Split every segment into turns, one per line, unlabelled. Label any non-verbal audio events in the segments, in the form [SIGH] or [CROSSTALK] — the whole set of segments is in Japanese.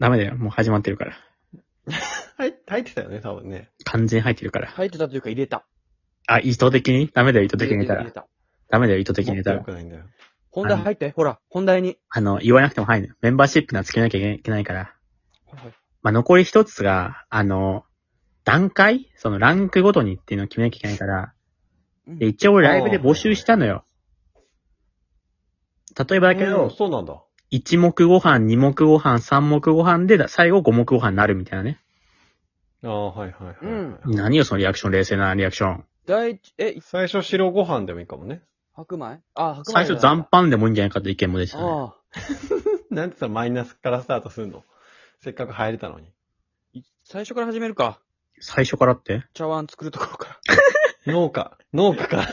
ダメだよ。もう始まってるから。
入入ってたよね、多分ね。
完全に入ってるから。
入ってたというか入れた。
あ、意図的にダメだよ、意図的に入れた
入れ
ら。
た。
ダメだよ、意図的に入れた
もっ
ら
と。良くないんだよ。
本題入って、ほら、本題に。
あの、言わなくても入るのよ。メンバーシップなつけなきゃいけないから。
ほらほら
まあ、残り一つが、あの、段階そのランクごとにっていうのを決めなきゃいけないから。
うん
で、一応ライブで募集したのよ。例えばだけ
うん
ど、
そうなんだ。
一目ご飯、二目ご飯、三目ご飯で、だ最後五目ご飯になるみたいなね。
ああ、はいはいはい、はい
うん
何よ、そのリアクション、冷静なリアクション。
第一、え、い
最初白ご飯でもいいかもね。
白米あ、白米。
最初残飯でもいいんじゃないかって意見も出てたね。
ああ。
なんでさ、マイナスからスタートするのせっかく入れたのに。
い最初から始めるか。
最初からって [LAUGHS]
茶碗作るところから。
農家、農家から。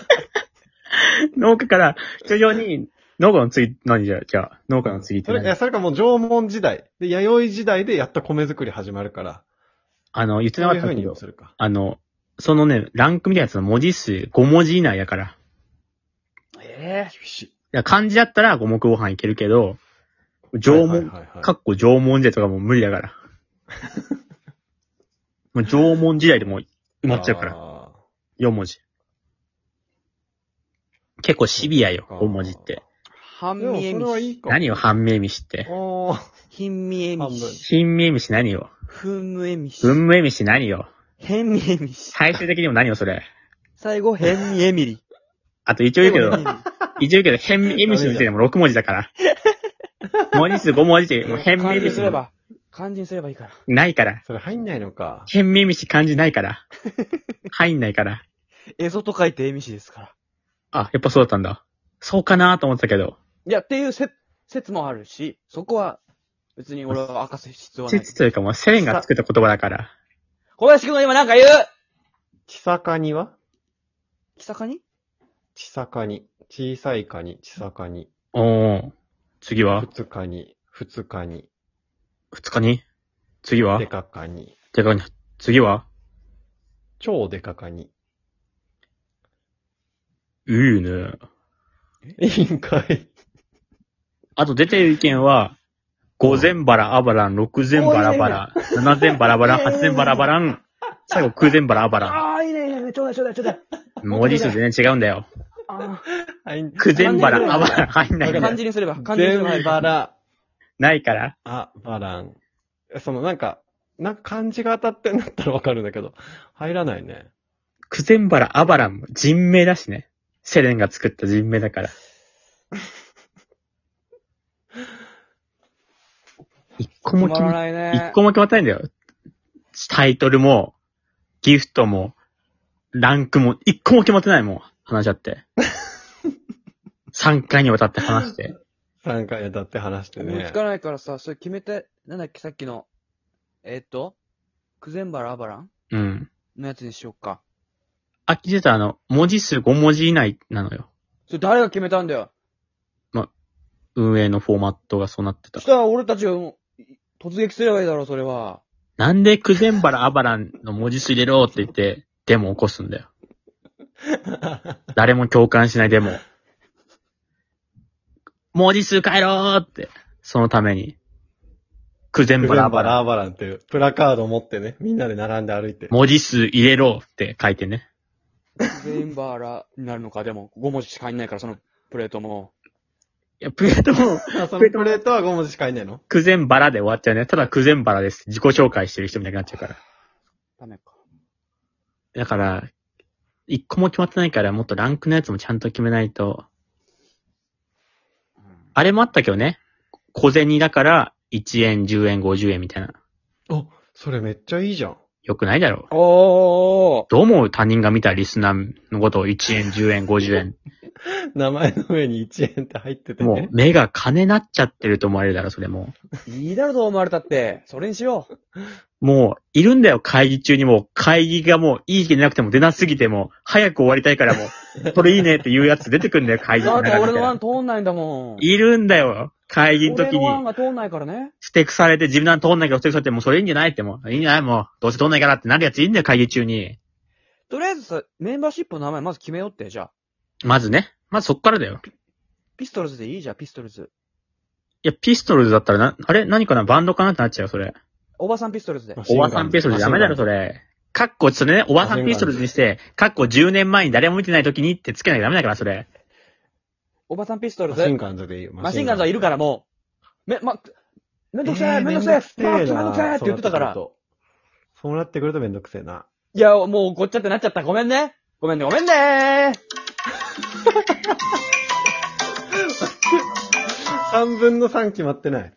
農家から、徐々に、農家の次、何じゃ、じゃあ、農家の次って
それ、いや、
何
それかもう縄文時代。で、弥生時代でやっと米作り始まるから。
あの、言って
そう
なかっ
いう
た
風
け
に
ど、
するか。
あの、そのね、ランクみたいなやつの文字数5文字以内だから。い
ええ
厳しい。
や漢字だったら五目ご飯いけるけど、縄
はい
文、
はいはい
か
はい
っこ縄文時代とかもう無理だ
[LAUGHS]
から。もう縄文時代でもう埋まっちゃうから、
あ
4文字。結構シビアよ、
あー
5文字って。
半
ー。でも、
身
それ
えみ
はいい
し。
か。
何を半目飯って。
おー
貧みえみ
半分
し。
新名飯何よ
ふむえみし。
文明飯何よ
へんみえみし。
最終的にも何よそれ。
最後、へんみえみり。
あと一応言うけど
へん、みえみり
一応言うけど、変味の時点でも6文字だから。文字数5文字で、もう変味
漢字にすれ
飯
ば、漢字にすればいいから。
ないから。
それ入んないのか。
変味飯漢字ないから。入んないから。
エゾと書いてえみしですから。
あ、やっぱそうだったんだ。そうかなと思ってたけど。
いや、っていう説、説もあるし、そこは、別に俺は明かす必要はない。
説というかもう線がつけた言葉だから。
小林くんが今なんか言う
ちさかには
木坂に
ちさかに。小さいかに、ちさかに。
おー。次は
ふつかに、ふつかに。
二日に次は
でかかに。
でかに。次は
超でかかに。
いいね。
いいんかい。
あと出てる意見は、五千バラアバラン、六千バラバラン、七千バラバラン、八千バラバラン、最後九千バラアバラン。
ああ、いいね、いいね、ちょうだいちょうだいちょうだい。
文字数全然違うんだよ。
あ
はい。
くぜんばら、あばら、入んな
あ、
いか
漢
ら。
字にすれば、漢字にす
全
れば入る。
バラ、
ないから。
あ、バラン。そのなんか、なんか漢字が当たってんだったらわかるんだけど、入らないね。
くぜんばら、あばらも人名だしね。セレンが作った人名だから。一個も
止
決
まら
ま、
ない
一
ね。
個も決まってないんだよ。タイトルも、ギフトも、ランクも、一個も決まってないもん。話し合って。3回にわたって話して。
3回当たって話して
思い
ね
つ。かないからさ、それ決めて、なんだっけ、さっきの、えーっと、クゼンバラアバラン
うん。
のやつにしよっか。
あ、聞いてたあの、文字数5文字以内なのよ。
それ誰が決めたんだよ。
運営のフォーマットがそうなってた
そし。たら俺たちがもうい突撃すればいいだろ、それは。
なんでクゼンバラアバランの文字数入れろって言って、デモ起こすんだよ。誰も共感しないデモ。文字数変えろーって、そのために。クゼン
全
バ
バ
ラ
ラ
アバラン。
バラバランっていう、プラカード持ってね、みんなで並んで歩いて。
文字数入れろって書いてね。
クゼンバラになるのか、でも、5文字しか入んないから、そのプレートも。
いや、プレートも、
あそのプレートは5文字しかいないの
クゼンバラで終わっちゃうね。ただクゼンバラです。自己紹介してる人みたいになっちゃうから。
ダメか。
だから、一個も決まってないから、もっとランクのやつもちゃんと決めないと。あれもあったけどね。小銭だから、1円、10円、50円みたいな。
あ、それめっちゃいいじゃん。
よくないだろう。
おー
どう思う他人が見たリスナーのことを1円、10円、50円。
[LAUGHS]
名前の上に1円って入ってて
もう
ね。
目が金なっちゃってると思われるだろ、それも
いいだろ、どう思われたって。それにしよう。
う。もう、いるんだよ、会議中にもう、会議がもう、いい気なくても出なすぎても、早く終わりたいからも
[LAUGHS]
う、これいいねっていうやつ出てくるんだよ、会議
だ
の
って
中
俺の
で
案。通んないんだもん。
いるんだよ、会議の
俺
時
の案
に、
が通んないからね。
ステクされて、自分の案通んないからステクされて、もうそれいいんじゃないってもう、いいんじゃないもう、どうせ通んないからってなるやついいんだよ、会議中に。
とりあえずさ、メンバーシップの名前まず決めようって、じゃあ。
まずね、まずそっからだよ。
ピストルズでいいじゃん、ピストルズ。
いや、ピストルズだったらな、あれ何かなバンドかなってなっちゃう、それ。
おばさんピストルズで。
おばさんピストルズダメだろ、そ
れ。
れ。かっこ、それね、おばさんピストルズにして、かっこ10年前に誰も見てない時にってつけなきゃダメだから、それ。
おばさんピストル
マシン
ズ。
ガンズでいいよ。
マシンガンズはいるからもう、め、ま、めんどくせ
え
え、
ー
めんどくせえ、
め
マ
んどく
ーキ
せ
ー
え
めんどくせえって言ってたから。
そうなってくるとめんどくせえな。
いや、もうごっちゃってなっちゃった。ごめんね。ごめんね、ごめんね
3分の3決まってない。